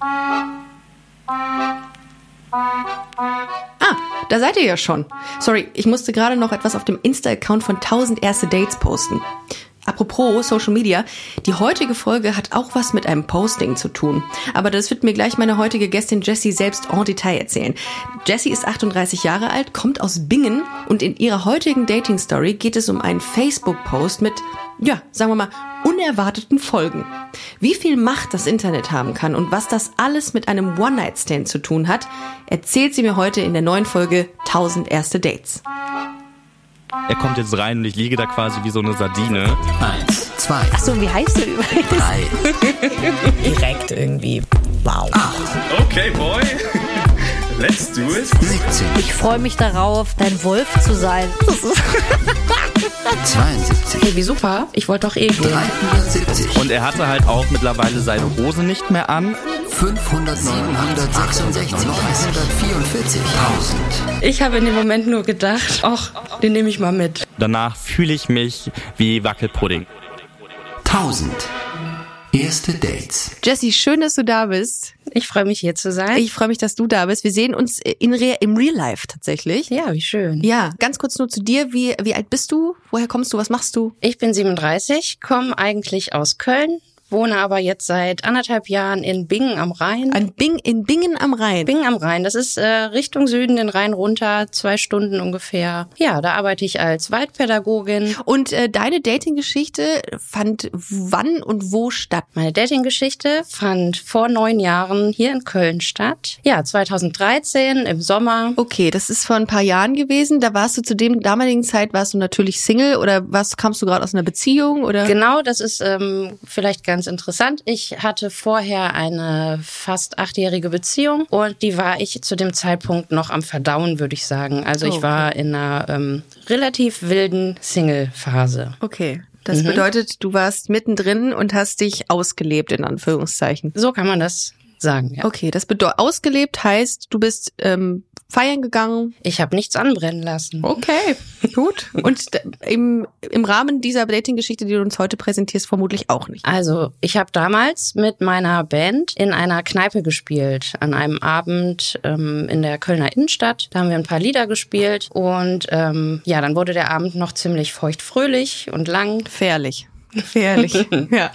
Ah, da seid ihr ja schon. Sorry, ich musste gerade noch etwas auf dem Insta-Account von 1000 erste Dates posten. Apropos Social Media, die heutige Folge hat auch was mit einem Posting zu tun. Aber das wird mir gleich meine heutige Gästin Jessie selbst en Detail erzählen. Jessie ist 38 Jahre alt, kommt aus Bingen und in ihrer heutigen Dating-Story geht es um einen Facebook-Post mit, ja, sagen wir mal, unerwarteten Folgen. Wie viel Macht das Internet haben kann und was das alles mit einem One-Night-Stand zu tun hat, erzählt sie mir heute in der neuen Folge 1000 erste Dates. Er kommt jetzt rein und ich liege da quasi wie so eine Sardine. Eins, zwei, So, wie heißt du übrigens? drei. direkt irgendwie. Wow. Okay, boy. Let's do it. 70, Ich freue mich darauf, dein Wolf zu sein. 72, Wie super. Ich wollte doch eh gehen. 73, Und er hatte halt auch mittlerweile seine Hose nicht mehr an. 500, 766, 944, 1000. Ich habe in dem Moment nur gedacht, ach, den nehme ich mal mit. Danach fühle ich mich wie Wackelpudding. 1000. Erste Dates. Jessie, schön, dass du da bist. Ich freue mich hier zu sein. Ich freue mich, dass du da bist. Wir sehen uns in Re im Real Life tatsächlich. ja, wie schön. Ja, ganz kurz nur zu dir. Wie, wie alt bist du? Woher kommst du? Was machst du? Ich bin 37, komme eigentlich aus Köln, wohne aber jetzt seit anderthalb Jahren in Bingen am Rhein. An Bing, in Bingen am Rhein. Bingen am Rhein, das ist äh, Richtung Süden, den Rhein runter, zwei Stunden ungefähr. Ja, da arbeite ich als Waldpädagogin. Und äh, deine Dating-Geschichte fand wann und wo statt? Meine Dating-Geschichte fand vor neun Jahren hier in Köln statt. Ja, 2013 im Sommer. Okay, das ist vor ein paar Jahren gewesen. Da warst du zu dem damaligen Zeit, warst du natürlich Single oder was kamst du gerade aus einer Beziehung oder? Genau, das ist ähm, vielleicht ganz interessant. Ich hatte vorher eine fast achtjährige Beziehung und die war ich zu dem Zeitpunkt noch am Verdauen, würde ich sagen. Also ich war in einer ähm, relativ wilden Single-Phase. Okay. Das bedeutet, du warst mittendrin und hast dich ausgelebt, in Anführungszeichen. So kann man das sagen, ja. Okay, das bedeutet, ausgelebt heißt, du bist ähm, feiern gegangen. Ich habe nichts anbrennen lassen. Okay, gut. Und d- im, im Rahmen dieser Dating-Geschichte, die du uns heute präsentierst, vermutlich auch nicht. Also, ich habe damals mit meiner Band in einer Kneipe gespielt, an einem Abend ähm, in der Kölner Innenstadt. Da haben wir ein paar Lieder gespielt und ähm, ja, dann wurde der Abend noch ziemlich feuchtfröhlich und lang. Gefährlich. Gefährlich. ja.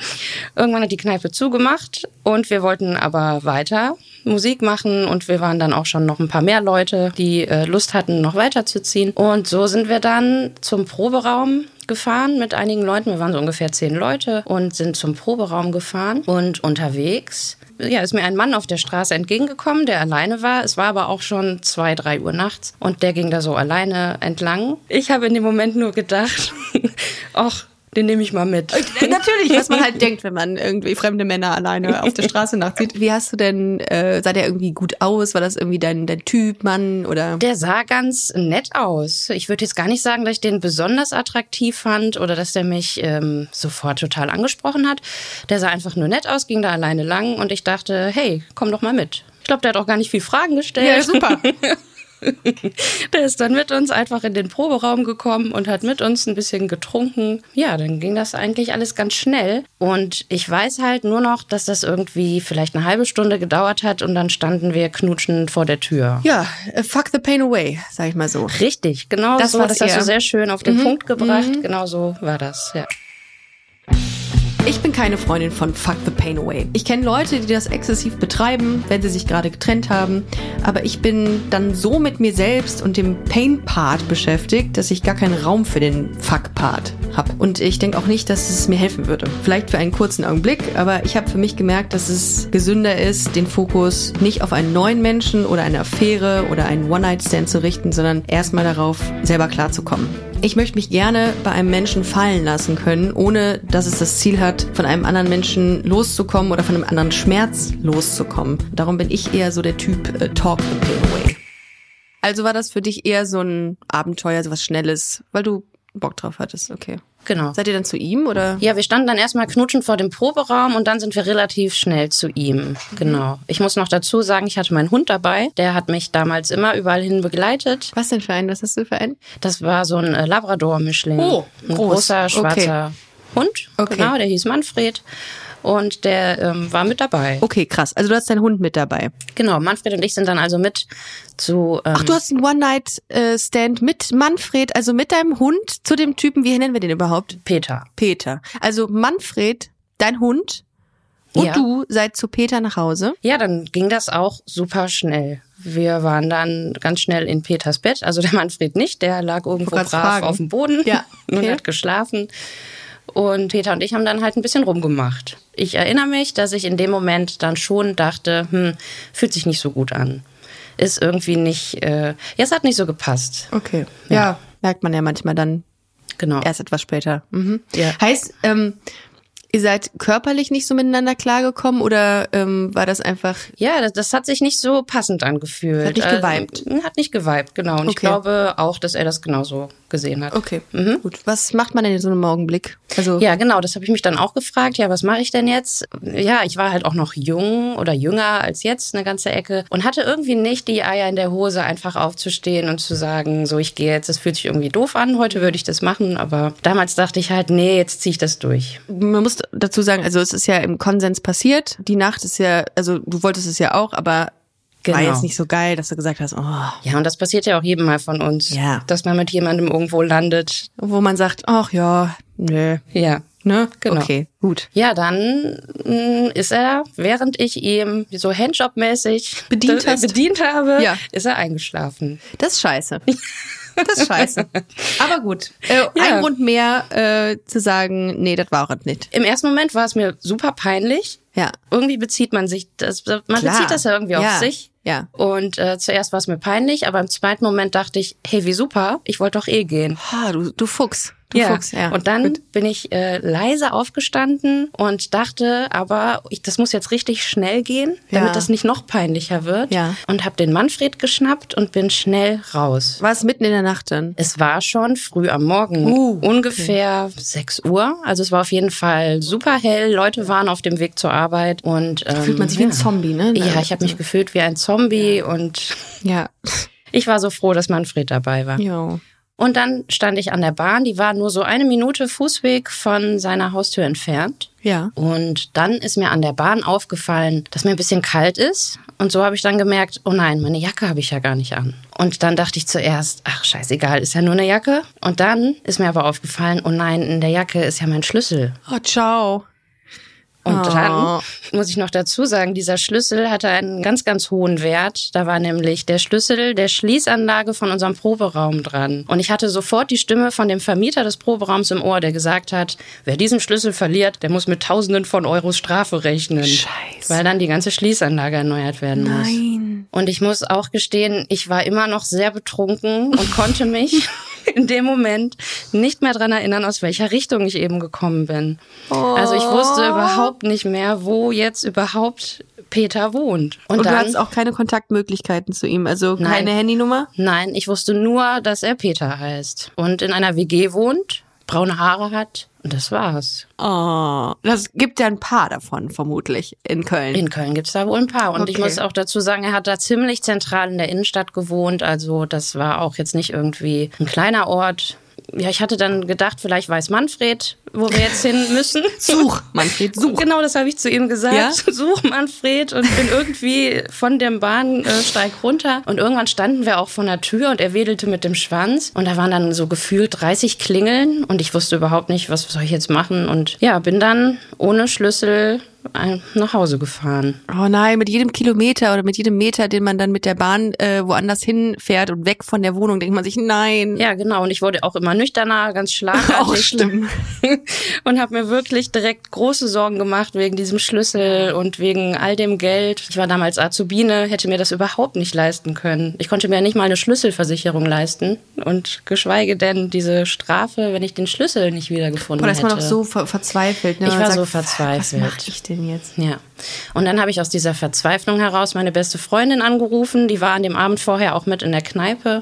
Irgendwann hat die Kneipe zugemacht und wir wollten aber weiter Musik machen und wir waren dann auch schon noch ein paar mehr Leute, die äh, Lust hatten, noch weiterzuziehen. Und so sind wir dann zum Proberaum gefahren mit einigen Leuten. Wir waren so ungefähr zehn Leute und sind zum Proberaum gefahren und unterwegs. Ja, ist mir ein Mann auf der Straße entgegengekommen, der alleine war. Es war aber auch schon zwei, drei Uhr nachts und der ging da so alleine entlang. Ich habe in dem Moment nur gedacht, ach, den nehme ich mal mit. Natürlich, was man halt denkt, wenn man irgendwie fremde Männer alleine auf der Straße nachzieht. Wie hast du denn, äh, sah der irgendwie gut aus? War das irgendwie dein, dein Typ, Mann oder? Der sah ganz nett aus. Ich würde jetzt gar nicht sagen, dass ich den besonders attraktiv fand oder dass der mich ähm, sofort total angesprochen hat. Der sah einfach nur nett aus, ging da alleine lang und ich dachte, hey, komm doch mal mit. Ich glaube, der hat auch gar nicht viel Fragen gestellt. super. Der ist dann mit uns einfach in den Proberaum gekommen und hat mit uns ein bisschen getrunken. Ja, dann ging das eigentlich alles ganz schnell. Und ich weiß halt nur noch, dass das irgendwie vielleicht eine halbe Stunde gedauert hat und dann standen wir knutschend vor der Tür. Ja, äh, fuck the pain away, sag ich mal so. Richtig, genau Das Mhm. so. war's Das hast eher. du sehr schön auf den Punkt gebracht. Genau so war das, ja. Ich bin keine Freundin von Fuck the Pain Away. Ich kenne Leute, die das exzessiv betreiben, wenn sie sich gerade getrennt haben. Aber ich bin dann so mit mir selbst und dem Pain-Part beschäftigt, dass ich gar keinen Raum für den Fuck-Part habe. Und ich denke auch nicht, dass es mir helfen würde. Vielleicht für einen kurzen Augenblick, aber ich habe für mich gemerkt, dass es gesünder ist, den Fokus nicht auf einen neuen Menschen oder eine Affäre oder einen One-Night-Stand zu richten, sondern erstmal darauf, selber klarzukommen. Ich möchte mich gerne bei einem Menschen fallen lassen können, ohne dass es das Ziel hat, von einem anderen Menschen loszukommen oder von einem anderen Schmerz loszukommen. Darum bin ich eher so der Typ äh, Talk the Pain Away. Also war das für dich eher so ein Abenteuer, so was Schnelles, weil du Bock drauf hattest, okay. Genau. Seid ihr dann zu ihm oder? Ja, wir standen dann erstmal knutschen vor dem Proberaum und dann sind wir relativ schnell zu ihm. Mhm. Genau. Ich muss noch dazu sagen, ich hatte meinen Hund dabei. Der hat mich damals immer überall hin begleitet. Was denn für einen? Was hast du für einen? Das war so ein äh, Labrador-Mischling. Oh, ein groß. großer, Okay. schwarzer Hund. Okay. Genau, der hieß Manfred. und der ähm, war mit dabei. Okay, krass. Also du hast deinen Hund mit dabei. Genau, Manfred und ich sind dann also mit zu. Ähm, Ach, du hast einen One-Night-Stand mit Manfred, also mit deinem Hund zu dem Typen, wie nennen wir den überhaupt? Peter. Peter. Also Manfred, dein Hund und Ja. du seid zu Peter nach Hause. Ja, dann ging das auch super schnell. Wir waren dann ganz schnell in Peters Bett, also der Manfred nicht, der lag irgendwo brav grad fragen. auf dem Boden Ja, okay. und hat geschlafen. Und Peter und ich haben dann halt ein bisschen rumgemacht. Ich erinnere mich, dass ich in dem Moment dann schon dachte, hm, fühlt sich nicht so gut an. Ist irgendwie nicht, äh, ja, es hat nicht so gepasst. Okay. Ja. Merkt man ja manchmal dann Genau. erst etwas später. Mhm. Ja. Heißt, ähm, ihr seid körperlich nicht so miteinander klargekommen oder ähm, war das einfach Ja, das, das hat sich nicht so passend angefühlt. Hat nicht Äh, geweibt. hat nicht geweibt, genau. Und ich Okay. glaube auch, dass er das genauso gesehen hat. Okay, gut. Was macht man denn in so einem Augenblick? Also mhm. Ja, genau, das habe ich mich dann auch gefragt. Ja, was mache ich denn jetzt? Ja, ich war halt auch noch jung oder jünger als jetzt, eine ganze Ecke. Und hatte irgendwie nicht die Eier in der Hose, einfach aufzustehen und zu sagen, so, ich gehe jetzt, das fühlt sich irgendwie doof an, heute würde ich das machen. Aber damals dachte ich halt, nee, jetzt ziehe ich das durch. man muss dazu sagen, also es ist ja im Konsens passiert. Die Nacht ist ja, also du wolltest es ja auch, aber Genau. war jetzt nicht so geil, dass du gesagt hast, oh, Ja, und das passiert ja auch jedem mal von uns, Ja. dass man mit jemandem irgendwo landet. wo man sagt, ach ja, nö, Ja. ne, Genau. okay, gut. Ja, dann mh, ist er, während ich ihm so Handjob-mäßig Bedient das- hast. bedient habe, Ja. ist er eingeschlafen. Das ist scheiße. Das ist scheiße. Aber gut. Äh, Ein Ja. Grund mehr äh, zu sagen, nee, das war es nicht. Im ersten Moment war es mir super peinlich. Ja. Irgendwie bezieht man sich das, man Klar. bezieht das ja irgendwie Ja, auf sich. ja. Und äh, zuerst war es mir peinlich, aber im zweiten Moment dachte ich, hey, wie super, ich wollte doch eh gehen. Ha, Ah, du, du Fuchs. Du Fuchs, ja. Und dann Gut. bin ich äh, leise aufgestanden und dachte, aber ich, das muss jetzt richtig schnell gehen, damit Ja. das nicht noch peinlicher wird. Ja. Und habe den Manfred geschnappt und bin schnell raus. war es mitten in der Nacht dann? Es war schon früh am Morgen, Uh, okay. ungefähr 6 Uhr. Also es war auf jeden Fall super hell. Leute waren auf dem Weg zur Arbeit und ähm, fühlt man sich wie ja. ein Zombie, ne? Ja, ich habe mich gefühlt wie ein Zombie und Ja. ich war so froh, dass Manfred dabei war. Jo. Und dann stand ich an der Bahn, die war nur so eine Minute Fußweg von seiner Haustür entfernt. Ja. Und dann ist mir an der Bahn aufgefallen, dass mir ein bisschen kalt ist. Und so habe ich dann gemerkt, oh nein, meine Jacke habe ich ja gar nicht an. Und dann dachte ich zuerst, ach scheißegal, ist ja nur eine Jacke. Und dann ist mir aber aufgefallen, oh nein, in der Jacke ist ja mein Schlüssel. Oh, ciao. Und Oh. dann muss ich noch dazu sagen, dieser Schlüssel hatte einen ganz, ganz hohen Wert. Da war nämlich der Schlüssel der Schließanlage von unserem Proberaum dran. Und ich hatte sofort die Stimme von dem Vermieter des Proberaums im Ohr, der gesagt hat, wer diesen Schlüssel verliert, der muss mit Tausenden von Euros Strafe rechnen. Scheiße. Weil dann die ganze Schließanlage erneuert werden muss. Nein. Und ich muss auch gestehen, ich war immer noch sehr betrunken und konnte mich in dem Moment nicht mehr dran erinnern, aus welcher Richtung ich eben gekommen bin. Also ich Oh. wusste überhaupt nicht mehr, wo jetzt überhaupt Peter wohnt. Und, du dann- hattest auch keine Kontaktmöglichkeiten zu ihm, also Nein. keine Handynummer? Nein, ich wusste nur, dass er Peter heißt und in einer WG wohnt, braune Haare hat und das war's. Oh, das gibt ja ein paar davon vermutlich in Köln. In Köln gibt's da wohl ein paar. Und ich Okay. muss auch dazu sagen, er hat da ziemlich zentral in der Innenstadt gewohnt. Also das war auch jetzt nicht irgendwie ein kleiner Ort. Ja, ich hatte dann gedacht, vielleicht weiß Manfred, wo wir jetzt hin müssen. such, Manfred, such. Genau, das habe ich zu ihm gesagt. Ja? Such Manfred und bin irgendwie von dem Bahnsteig runter. Und irgendwann standen wir auch vor einer Tür und er wedelte mit dem Schwanz. Und da waren dann so gefühlt 30 Klingeln und ich wusste überhaupt nicht, was soll ich jetzt machen. Und ja, bin dann ohne Schlüssel äh, nach Hause gefahren. Oh nein, mit jedem Kilometer oder mit jedem Meter, den man dann mit der Bahn äh, woanders hinfährt und weg von der Wohnung, denkt man sich, nein. Ja, genau. Und ich wurde auch immer nüchterner, ganz schlagartig. Ähm, Auch schlimm. und habe mir wirklich direkt große Sorgen gemacht wegen diesem Schlüssel und wegen all dem Geld. Ich war damals Azubine, hätte mir das überhaupt nicht leisten können. Ich konnte mir nicht mal eine Schlüsselversicherung leisten und geschweige denn diese Strafe, wenn ich den Schlüssel nicht wiedergefunden Oder ist man hätte. doch so ver verzweifelt. Ne? Ich Man war sagt, so verzweifelt. Was mach ich denn jetzt? Ja. Und dann habe ich aus dieser Verzweiflung heraus meine beste Freundin angerufen. Die war an dem Abend vorher auch mit in der Kneipe.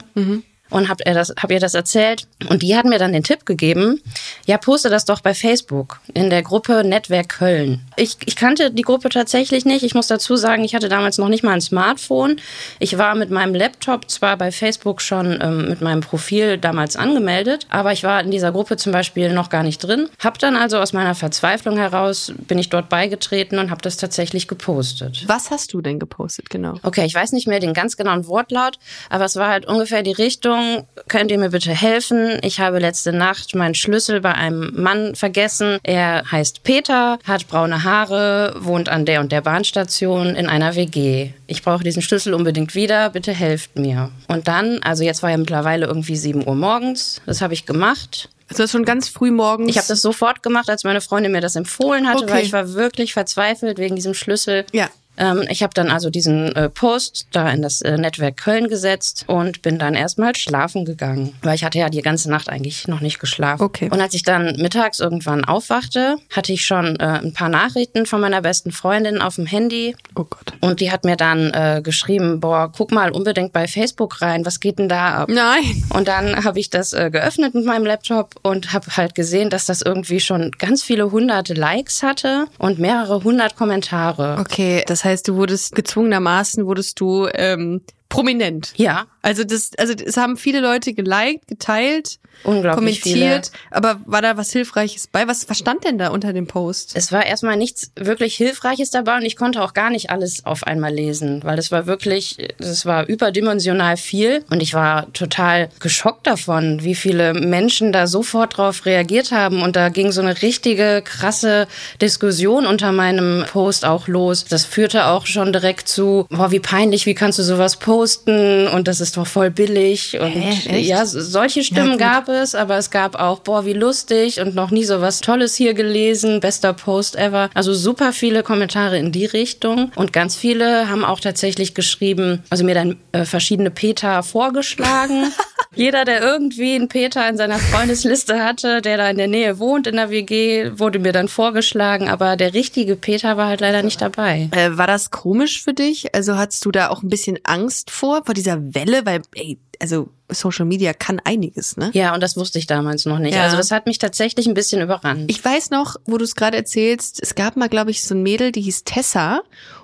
und hab, ihr das, hab ihr das erzählt. Und die hat mir dann den Tipp gegeben, ja, poste das doch bei Facebook in der Gruppe Netzwerk Köln. Ich, ich kannte die Gruppe tatsächlich nicht. Ich muss dazu sagen, ich hatte damals noch nicht mal ein Smartphone. Ich war mit meinem Laptop zwar bei Facebook schon ähm, mit meinem Profil damals angemeldet, aber ich war in dieser Gruppe zum Beispiel noch gar nicht drin. Hab dann also aus meiner Verzweiflung heraus, bin ich dort beigetreten und habe das tatsächlich gepostet. Was hast du denn gepostet, genau? Okay, ich weiß nicht mehr den ganz genauen Wortlaut, aber es war halt ungefähr die Richtung, könnt ihr mir bitte helfen? Ich habe letzte Nacht meinen Schlüssel bei einem Mann vergessen. Er heißt Peter, hat braune Haare, wohnt an der und der Bahnstation in einer WG. Ich brauche diesen Schlüssel unbedingt wieder, bitte helft mir. Und dann, also jetzt war ja mittlerweile irgendwie 7 Uhr morgens, das habe ich gemacht. Also das ist schon ganz früh morgens. Ich habe das sofort gemacht, als meine Freundin mir das empfohlen hatte, Okay. weil ich war wirklich verzweifelt wegen diesem Schlüssel. Ja. Ähm, ich habe dann also diesen äh, Post da in das äh, Netzwerk Köln gesetzt und bin dann erstmal schlafen gegangen, weil ich hatte ja die ganze Nacht eigentlich noch nicht geschlafen. Okay. Und als ich dann mittags irgendwann aufwachte, hatte ich schon äh, ein paar Nachrichten von meiner besten Freundin auf dem Handy. Oh Gott. Und die hat mir dann äh, geschrieben, boah, guck mal unbedingt bei Facebook rein, was geht denn da ab? Nein. Und dann habe ich das äh, geöffnet mit meinem Laptop und habe halt gesehen, dass das irgendwie schon ganz viele hunderte Likes hatte und mehrere hundert Kommentare. Okay, das heißt, du wurdest gezwungenermaßen wurdest du ähm, prominent. Ja, Also das, also es haben viele Leute geliked, geteilt, Unglaublich kommentiert. Aber war da was Hilfreiches bei? Was, was stand denn da unter dem Post? es war erstmal nichts wirklich Hilfreiches dabei und ich konnte auch gar nicht alles auf einmal lesen, weil es war wirklich, es war überdimensional viel und ich war total geschockt davon, wie viele Menschen da sofort drauf reagiert haben und da ging so eine richtige krasse Diskussion unter meinem Post auch los. Das führte auch schon direkt zu, boah, wie peinlich, wie kannst du sowas posten und das ist doch voll billig und Hä, echt? ja, so- solche Stimmen gut. gab gab es, aber es gab auch, boah, wie lustig und noch nie so was Tolles hier gelesen, bester Post ever. Also super viele Kommentare in die Richtung und ganz viele haben auch tatsächlich geschrieben, also mir dann äh, verschiedene Peter vorgeschlagen. Jeder, der irgendwie einen Peter in seiner Freundesliste hatte, der da in der Nähe wohnt in der WG, wurde mir dann vorgeschlagen, aber der richtige Peter war halt leider nicht dabei. Äh, war das komisch für dich? Also hattest du da auch ein bisschen Angst vor, vor dieser Welle? Weil, ey, also Social Media kann einiges, ne? Ja, und das wusste ich damals noch nicht. Ja. Also das hat mich tatsächlich ein bisschen überrannt. Ich weiß noch, wo du es gerade erzählst, es gab mal, glaube ich, so ein Mädel, die hieß Tessa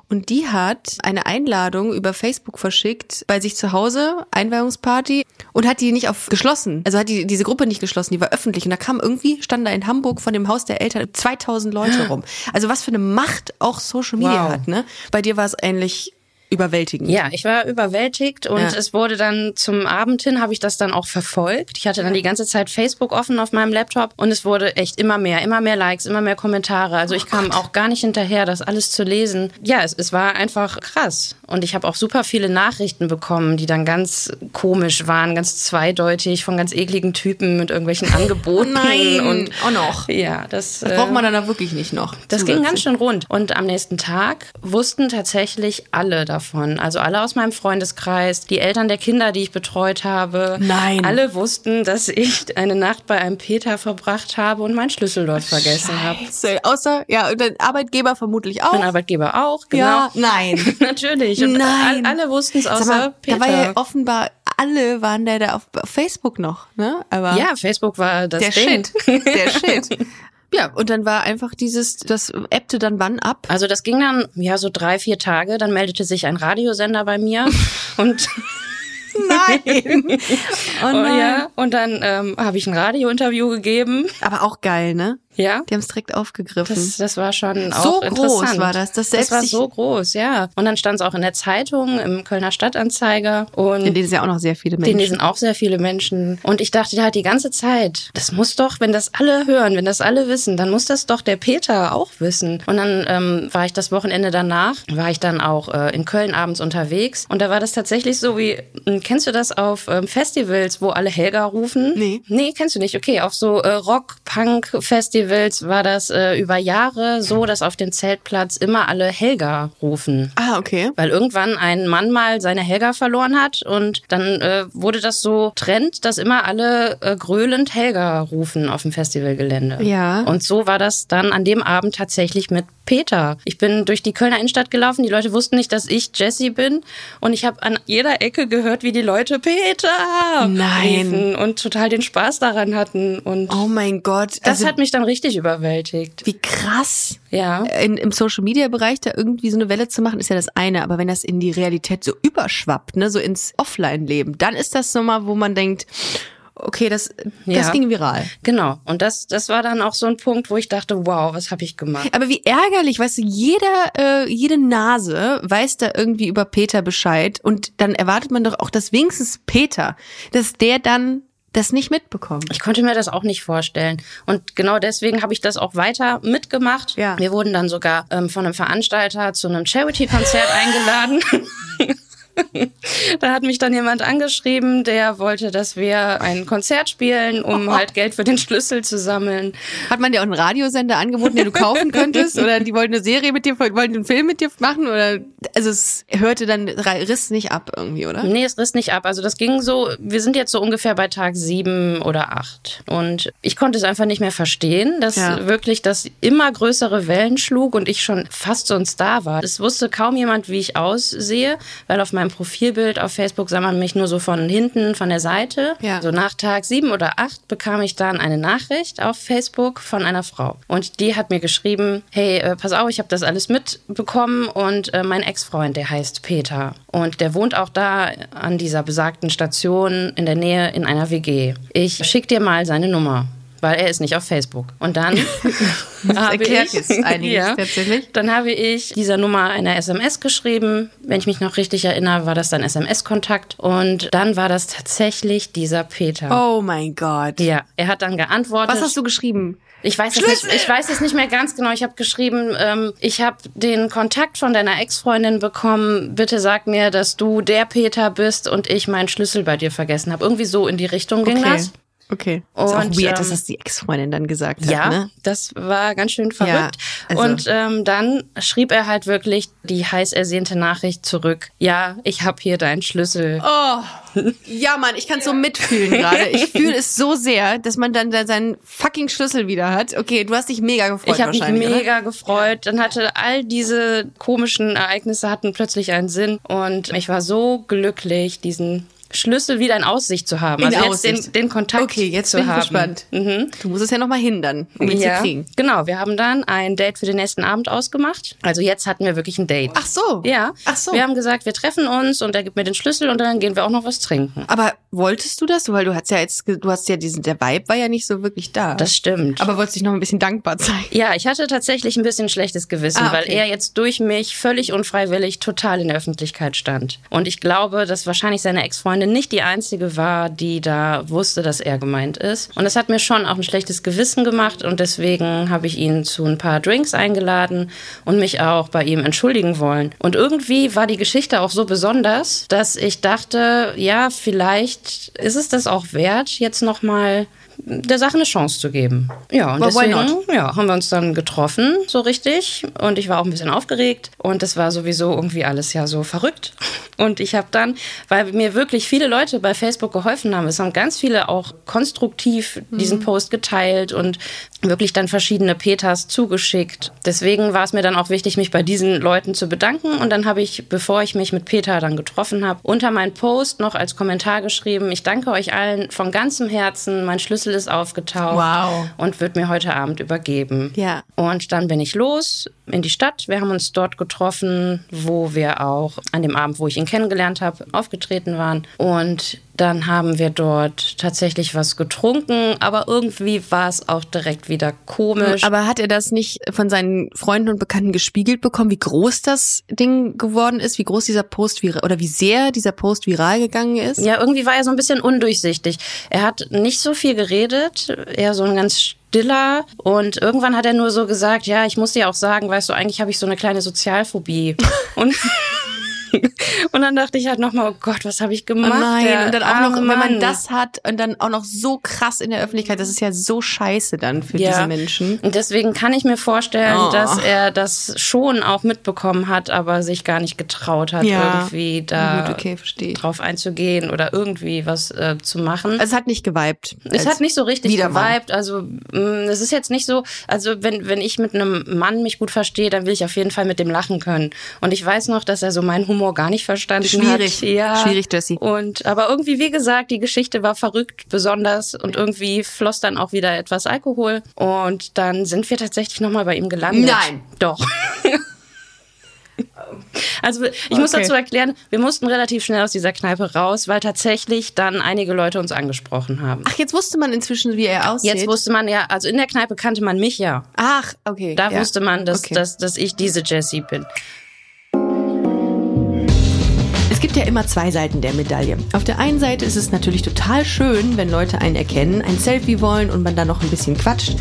und die hat eine Einladung über Facebook verschickt bei sich zu Hause, Einweihungsparty und hat die nicht auf geschlossen. Also hat die diese Gruppe nicht geschlossen, die war öffentlich und da kam irgendwie stand da in Hamburg von dem Haus der Eltern 2000 Leute rum. Also was für eine Macht auch Social Media Wow. hat, ne? Bei dir war es ähnlich überwältigend. Ja, ich war überwältigt und Ja. es wurde dann zum Abend hin, habe ich das dann auch verfolgt. Ich hatte dann die ganze Zeit Facebook offen auf meinem Laptop und es wurde echt immer mehr, immer mehr Likes, immer mehr Kommentare. Also Oh ich kam auch gar nicht hinterher, das alles zu lesen. Ja, es, es war einfach krass. Und ich habe auch super viele Nachrichten bekommen, die dann ganz komisch waren, ganz zweideutig, von ganz ekligen Typen mit irgendwelchen Angeboten. Oh Nein, und auch noch. Ja, das, Das braucht man dann da wirklich nicht noch. das ging ganz zusätzlich. schön rund. Und am nächsten Tag wussten tatsächlich alle davon. Also alle aus meinem Freundeskreis, die Eltern der Kinder, die ich betreut habe. Nein. Alle wussten, dass ich eine Nacht bei einem Peter verbracht habe und meinen Schlüssel dort vergessen habe. Scheiße. Äh, Außer, ja, und dein Arbeitgeber vermutlich auch. Mein Arbeitgeber auch, genau. Ja, nein. Natürlich. Und Nein. all- alle wussten es Sag außer mal, Peter. Da war ja offenbar alle waren da, da auf, auf Facebook noch, ne? Aber ja, Facebook war das der Ding. Shit. Der Shit. Ja, und dann war einfach dieses, das ebbte dann wann ab? Also das ging dann, ja, so drei, vier Tage. Dann meldete sich ein Radiosender bei mir und Nein. Oh Oh, nein. ja, und dann ähm, habe ich ein Radiointerview gegeben. Aber auch geil, ne? Ja. Die haben es direkt aufgegriffen. Das, das war schon auch So groß interessant. war das, dass selbst das war ich- so groß, ja. Und dann stand es auch in der Zeitung, im Kölner Stadtanzeiger und in denen sind ja auch noch sehr viele Menschen. den lesen auch sehr viele Menschen. Und ich dachte halt die ganze Zeit, das muss doch, wenn das alle hören, wenn das alle wissen, dann muss das doch der Peter auch wissen. Und dann ähm, war ich das Wochenende danach, war ich dann auch äh, in Köln abends unterwegs. Und da war das tatsächlich so wie, ähm, kennst du das auf ähm, Festivals, wo alle Helga rufen? Nee. Nee, kennst du nicht. Okay, auf so äh, Rock-Punk-Festivals war das äh, über Jahre so, dass auf dem Zeltplatz immer alle Helga rufen ah, okay. weil irgendwann ein Mann mal seine Helga verloren hat und dann äh, wurde das so Trend, dass immer alle äh, gröhlend Helga rufen auf dem Festivalgelände. Ja. Und so war das dann an dem Abend tatsächlich mit Peter. Ich bin durch die Kölner Innenstadt gelaufen, die Leute wussten nicht, dass ich Jessie bin und ich habe an jeder Ecke gehört, wie die Leute Leute Peter Nein. riefen und total den Spaß daran hatten. Und Oh mein Gott. das also, hat mich dann richtig überwältigt. wie krass. Ja. In, Im Social Media Bereich da irgendwie so eine Welle zu machen, ist ja das eine. Aber wenn das in die Realität so überschwappt, ne, so ins Offline-Leben, dann ist das so mal, wo man denkt, okay, das, das Ja. ging viral. Genau. Und das, das war dann auch so ein Punkt, wo ich dachte, wow, was habe ich gemacht? Aber wie ärgerlich, weißt du, jeder, äh, jede Nase weiß da irgendwie über Peter Bescheid und dann erwartet man doch auch, dass wenigstens Peter, dass der dann das nicht mitbekommt. Ich konnte mir das auch nicht vorstellen. Und genau deswegen habe ich das auch weiter mitgemacht. Ja. Wir wurden dann sogar ähm, von einem Veranstalter zu einem Charity-Konzert eingeladen. Da hat mich dann jemand angeschrieben, der wollte, dass wir ein Konzert spielen, um halt Geld für den Schlüssel zu sammeln. Hat man dir auch einen Radiosender angeboten, den du kaufen könntest? Oder die wollten eine Serie mit dir, wollten einen Film mit dir machen? Oder also es hörte dann, riss nicht ab irgendwie, oder? Nee, es riss nicht ab. Also das ging so, wir sind jetzt so ungefähr bei Tag sieben oder acht. Und ich konnte es einfach nicht mehr verstehen, dass Ja. wirklich das immer größere Wellen schlug und ich schon fast so ein Star war. Es wusste kaum jemand, wie ich aussehe, weil auf meinem Profilbild auf Facebook sah man mich nur so von hinten, von der Seite. Ja. So ne? Also nach Tag sieben oder acht bekam ich dann eine Nachricht auf Facebook von einer Frau. Und die hat mir geschrieben, hey, äh, pass auf, ich habe das alles mitbekommen und äh, mein Ex-Freund, der heißt Peter. Und der wohnt auch da an dieser besagten Station in der Nähe in einer WG. Ich schick dir mal seine Nummer. Weil er ist nicht auf Facebook. Und dann habe erklärt ich, jetzt einiges tatsächlich. dann habe ich dieser Nummer einer SMS geschrieben. Wenn ich mich noch richtig erinnere, war das dann SMS-Kontakt. Und dann war das tatsächlich dieser Peter. Oh mein Gott. Ja, er hat dann geantwortet. Was hast du geschrieben? Ich weiß, es nicht, ich weiß es nicht mehr ganz genau. Ich habe geschrieben, ähm, ich habe den Kontakt von deiner Ex-Freundin bekommen. Bitte sag mir, dass du der Peter bist und ich meinen Schlüssel bei dir vergessen habe. Irgendwie so in die Richtung ging das. Okay. Und, ist auch weird, ähm, dass das die Ex-Freundin dann gesagt hat, Ja, ne? das war ganz schön verrückt. Ja, also- Und ähm, dann schrieb er halt wirklich die heiß ersehnte Nachricht zurück. Ja, ich habe hier deinen Schlüssel. Oh, Ja, Mann, ich kann so mitfühlen gerade. Ich fühle es so sehr, dass man dann da seinen fucking Schlüssel wieder hat. Okay, du hast dich mega gefreut ich habe mich wahrscheinlich, oder? mega gefreut. Dann hatte all diese komischen Ereignisse hatten plötzlich einen Sinn und ich war so glücklich, diesen Schlüssel wieder in Aussicht zu haben. In also jetzt den, Aussicht. den Kontakt Okay, jetzt zu bin ich haben. gespannt. Mhm. Du musst es ja nochmal hindern, um ihn zu kriegen. Genau, wir haben dann ein Date für den nächsten Abend ausgemacht. Also jetzt hatten wir wirklich ein Date. Ach so. Ja. Ach so. Wir haben gesagt, wir treffen uns und er gibt mir den Schlüssel und dann gehen wir auch noch was trinken. Aber wolltest du das? Weil du hast ja jetzt, ge- du hast ja diesen, der Vibe war ja nicht so wirklich da. Das stimmt. Aber wolltest dich noch ein bisschen dankbar zeigen. Ja, ich hatte tatsächlich ein bisschen schlechtes Gewissen, Ah, okay. weil er jetzt durch mich völlig unfreiwillig total in der Öffentlichkeit stand. Und ich glaube, dass wahrscheinlich seine Ex-Freundin nicht die einzige war, die da wusste, dass er gemeint ist. Und das hat mir schon auch ein schlechtes Gewissen gemacht und deswegen habe ich ihn zu ein paar Drinks eingeladen und mich auch bei ihm entschuldigen wollen. Und irgendwie war die Geschichte auch so besonders, dass ich dachte, ja, vielleicht ist es das auch wert, jetzt nochmal der Sache eine Chance zu geben. Ja, und Well, why deswegen not? ja, haben wir uns dann getroffen, so richtig. Und ich war auch ein bisschen aufgeregt. Und das war sowieso irgendwie alles ja so verrückt. Und ich habe dann, weil mir wirklich viele Leute bei Facebook geholfen haben, es haben ganz viele auch konstruktiv Mhm. diesen Post geteilt und wirklich dann verschiedene Peters zugeschickt. Deswegen war es mir dann auch wichtig, mich bei diesen Leuten zu bedanken. Und dann habe ich, bevor ich mich mit Peter dann getroffen habe, unter meinen Post noch als Kommentar geschrieben, ich danke euch allen von ganzem Herzen, mein Schlüssel ist aufgetaucht Wow. und wird mir heute Abend übergeben. Ja. Und dann bin ich los in die Stadt. Wir haben uns dort getroffen, wo wir auch an dem Abend, wo ich ihn kennengelernt habe, aufgetreten waren. Und dann haben wir dort tatsächlich was getrunken, aber irgendwie war es auch direkt wieder komisch. Äh, Aber hat er das nicht von seinen Freunden und Bekannten gespiegelt bekommen, wie groß das Ding geworden ist, wie groß dieser Post viral, oder wie sehr dieser Post viral gegangen ist? Ja, irgendwie war er so ein bisschen undurchsichtig. Er hat nicht so viel geredet, eher so ein ganz stiller. Und irgendwann hat er nur so gesagt, ja, ich muss dir auch sagen, weißt du, eigentlich habe ich so eine kleine Sozialphobie. Und, und dann dachte ich halt nochmal, oh Gott, was habe ich gemacht? Nein, Der und dann auch noch, arme wenn man Mann. das hat und dann auch noch so krass in der Öffentlichkeit, das ist ja so scheiße dann für diese Menschen. Und deswegen kann ich mir vorstellen, Oh. dass er das schon auch mitbekommen hat, aber sich gar nicht getraut hat, Ja. irgendwie da Gut, okay, verstehe. drauf einzugehen oder irgendwie was äh, zu machen. Also es hat nicht geweibt. Es hat nicht so richtig Wiederwahl. geweibt. Also mh, es ist jetzt nicht so, also wenn, wenn ich mit einem Mann mich gut verstehe, dann will ich auf jeden Fall mit dem lachen können. Und ich weiß noch, dass er so meinen Humor gar nicht verstanden Schwierig. hat. Ja. Schwierig, Jessie. Und aber irgendwie, wie gesagt, die Geschichte war verrückt besonders und irgendwie floss dann auch wieder etwas Alkohol. Und dann sind wir tatsächlich nochmal bei ihm gelandet. Nein. Doch. Also ich muss Okay. dazu erklären, wir mussten relativ schnell aus dieser Kneipe raus, weil tatsächlich dann einige Leute uns angesprochen haben. Ach, jetzt wusste man inzwischen, wie er aussieht. Jetzt wusste man ja, also in der Kneipe kannte man mich ja. Ach, okay. Da ja. wusste man, dass, Okay. dass, dass ich diese Jessie bin. Es gibt ja immer zwei Seiten der Medaille. Auf der einen Seite ist es natürlich total schön, wenn Leute einen erkennen, ein Selfie wollen und man dann noch ein bisschen quatscht.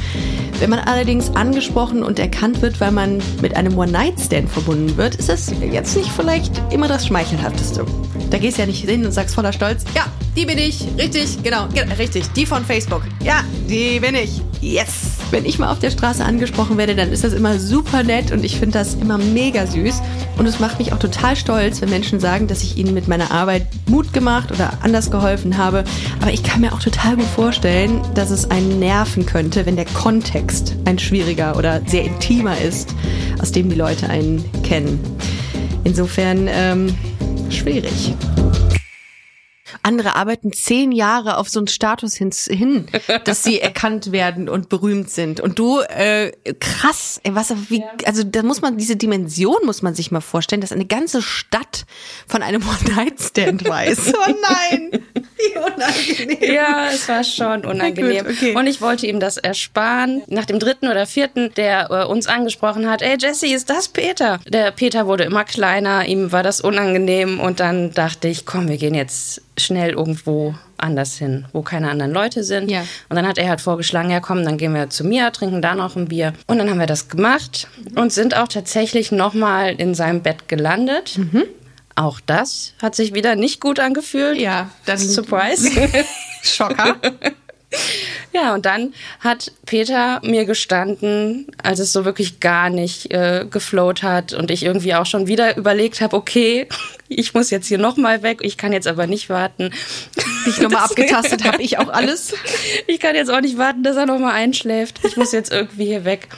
Wenn man allerdings angesprochen und erkannt wird, weil man mit einem One-Night-Stand verbunden wird, ist es jetzt nicht vielleicht immer das Schmeichelhafteste. Da gehst du ja nicht hin und sagst voller Stolz, ja, die bin ich, richtig, genau, ge- richtig, die von Facebook, ja, die bin ich, yes. Wenn ich mal auf der Straße angesprochen werde, dann ist das immer super nett und ich finde das immer mega süß. Und es macht mich auch total stolz, wenn Menschen sagen, dass ich ihnen mit meiner Arbeit Mut gemacht oder anders geholfen habe. Aber ich kann mir auch total gut vorstellen, dass es einen nerven könnte, wenn der Kontext ein schwieriger oder sehr intimer ist, aus dem die Leute einen kennen. Insofern ähm, schwierig. Andere arbeiten zehn Jahre auf so einen Status hin, hin dass sie erkannt werden und berühmt sind. Und du, äh, krass, ey, was, wie, also da muss man, diese Dimension muss man sich mal vorstellen, dass eine ganze Stadt von einem One-Night-Stand weiß. oh nein, wie unangenehm. Ja, es war schon unangenehm. Gut, okay. Und ich wollte ihm das ersparen. Nach dem dritten oder vierten, der äh, uns angesprochen hat, ey Jessie, ist das Peter? Der Peter wurde immer kleiner, ihm war das unangenehm und dann dachte ich, komm, wir gehen jetzt schnell irgendwo anders hin, wo keine anderen Leute sind. Ja. Und dann hat er halt vorgeschlagen, ja komm, dann gehen wir zu mir, trinken da noch ein Bier. Und dann haben wir das gemacht und sind auch tatsächlich nochmal in seinem Bett gelandet. Mhm. Auch das hat sich wieder nicht gut angefühlt. Ja, dann- Surprise. Schocker. Ja, und dann hat Peter mir gestanden, als es so wirklich gar nicht äh, geflowt hat und ich irgendwie auch schon wieder überlegt habe, okay, ich muss jetzt hier nochmal weg, ich kann jetzt aber nicht warten. Dich nochmal abgetastet habe ich auch alles. Ich kann jetzt auch nicht warten, dass er nochmal einschläft. Ich muss jetzt irgendwie hier weg.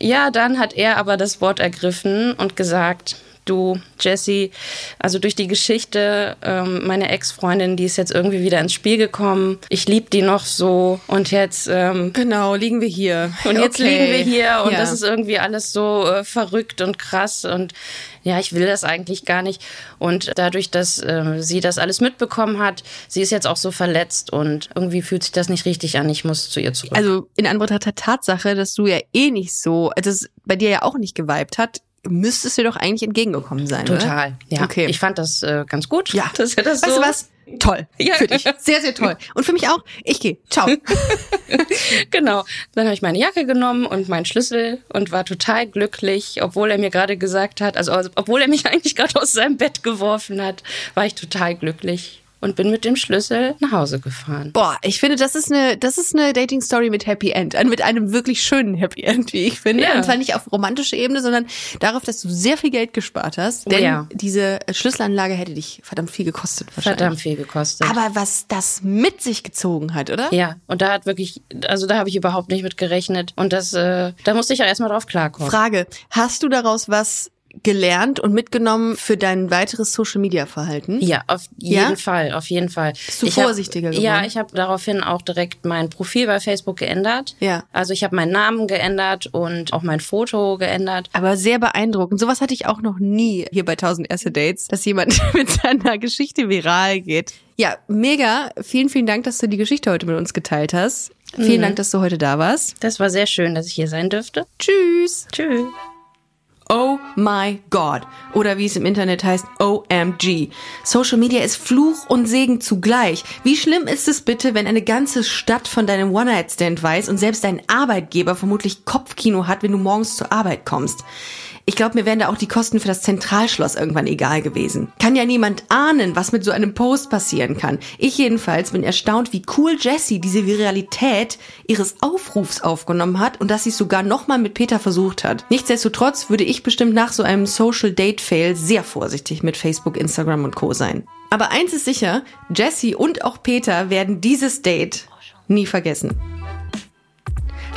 Ja. dann hat er aber das Wort ergriffen und gesagt, du, Jessie, also durch die Geschichte, ähm, meine Ex-Freundin, die ist jetzt irgendwie wieder ins Spiel gekommen. Ich liebe die noch so und jetzt... Ähm, Genau, liegen wir hier. Und jetzt liegen wir hier und ja. das ist irgendwie alles so äh, verrückt und krass und ja, ich will das eigentlich gar nicht. Und dadurch, dass ähm, sie das alles mitbekommen hat, sie ist jetzt auch so verletzt und irgendwie fühlt sich das nicht richtig an. Ich muss zu ihr zurück. also in Anbetracht der Tatsache, dass du ja eh nicht so, also es bei dir ja auch nicht geweibt hat, müsstest du dir doch eigentlich entgegengekommen sein, total. Oder? Ja, ne? Okay. ich fand das äh, ganz gut, Ja. dass er das weißt so. du was? Toll. Ja. Für dich. Sehr, sehr toll. Und für mich auch. Ich gehe. Ciao. Genau. Dann habe ich meine Jacke genommen und meinen Schlüssel und war total glücklich, obwohl er mir gerade gesagt hat, also also, obwohl er mich eigentlich gerade aus seinem Bett geworfen hat, war ich total glücklich und bin mit dem Schlüssel nach Hause gefahren. Boah, ich finde, das ist eine, das ist eine Dating-Story mit Happy End. Ein- Mit einem wirklich schönen Happy End, wie ich finde. Ja. Und zwar nicht auf romantische Ebene, sondern darauf, dass du sehr viel Geld gespart hast. Oh Denn ja. diese äh, Schlüsselanlage hätte dich verdammt viel gekostet wahrscheinlich. Verdammt viel gekostet. Aber was das mit sich gezogen hat, oder? ja, und da hat wirklich, also da habe ich überhaupt nicht mit gerechnet. Und das, äh, da musste ich ja erstmal drauf klarkommen. Frage, hast du daraus was gelernt und mitgenommen für dein weiteres Social-Media-Verhalten? ja, auf jeden Ja? Fall, auf jeden Fall. du Ich hab- vorsichtiger geworden? Ja, ich habe daraufhin auch direkt mein Profil bei Facebook geändert. Ja. Also ich habe meinen Namen geändert und auch mein Foto geändert. Aber sehr beeindruckend. Sowas hatte ich auch noch nie hier bei 1000 Erste Dates, dass jemand mit seiner Geschichte viral geht. Ja, mega. Vielen, vielen Dank, dass du die Geschichte heute mit uns geteilt hast. Vielen Dank, dass du heute da warst. Das war sehr schön, dass ich hier sein dürfte. Tschüss. Tschüss. Oh my God. Oder wie es im Internet heißt, OMG. Social Media ist Fluch und Segen zugleich. Wie schlimm ist es bitte, wenn eine ganze Stadt von deinem One-Night-Stand weiß und selbst dein Arbeitgeber vermutlich Kopfkino hat, wenn du morgens zur Arbeit kommst? Ich glaube, mir wären da auch die Kosten für das Zentralschloss irgendwann egal gewesen. Kann ja niemand ahnen, was mit so einem Post passieren kann. Ich jedenfalls bin erstaunt, wie cool Jessie diese Viralität ihres Aufrufs aufgenommen hat und dass sie es sogar nochmal mit Peter versucht hat. Nichtsdestotrotz würde ich bestimmt nach so einem Social Date Fail sehr vorsichtig mit Facebook, Instagram und Co. sein. Aber eins ist sicher, Jessie und auch Peter werden dieses Date nie vergessen.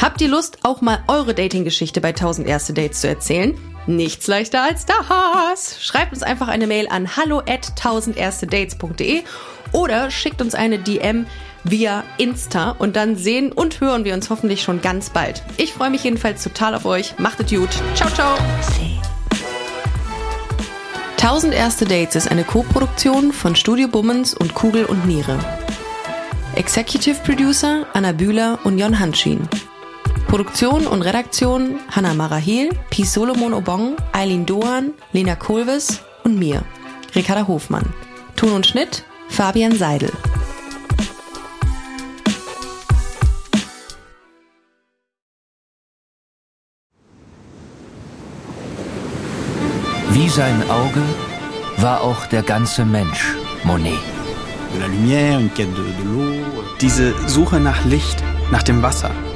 Habt ihr Lust, auch mal eure Dating-Geschichte bei 1000 Erste Dates zu erzählen? Nichts leichter als das. Schreibt uns einfach eine Mail an hallo at 1000erstedates.de oder schickt uns eine DM via Insta und dann sehen und hören wir uns hoffentlich schon ganz bald. Ich freue mich jedenfalls total auf euch. Macht es gut. Ciao, ciao. 1000 Erste Dates ist eine Co-Produktion von Studio Bummens und Kugel und Niere. Executive Producer Anna Bühler und Jon Hanschin. Produktion und Redaktion Hanna Marahil, Pi Solomon Obong, Eileen Doan, Lena Kohlwes und mir, Ricarda Hofmann. Ton und Schnitt Fabian Seidel. Wie sein Auge war auch der ganze Mensch Monet. Diese Suche nach Licht, nach dem Wasser,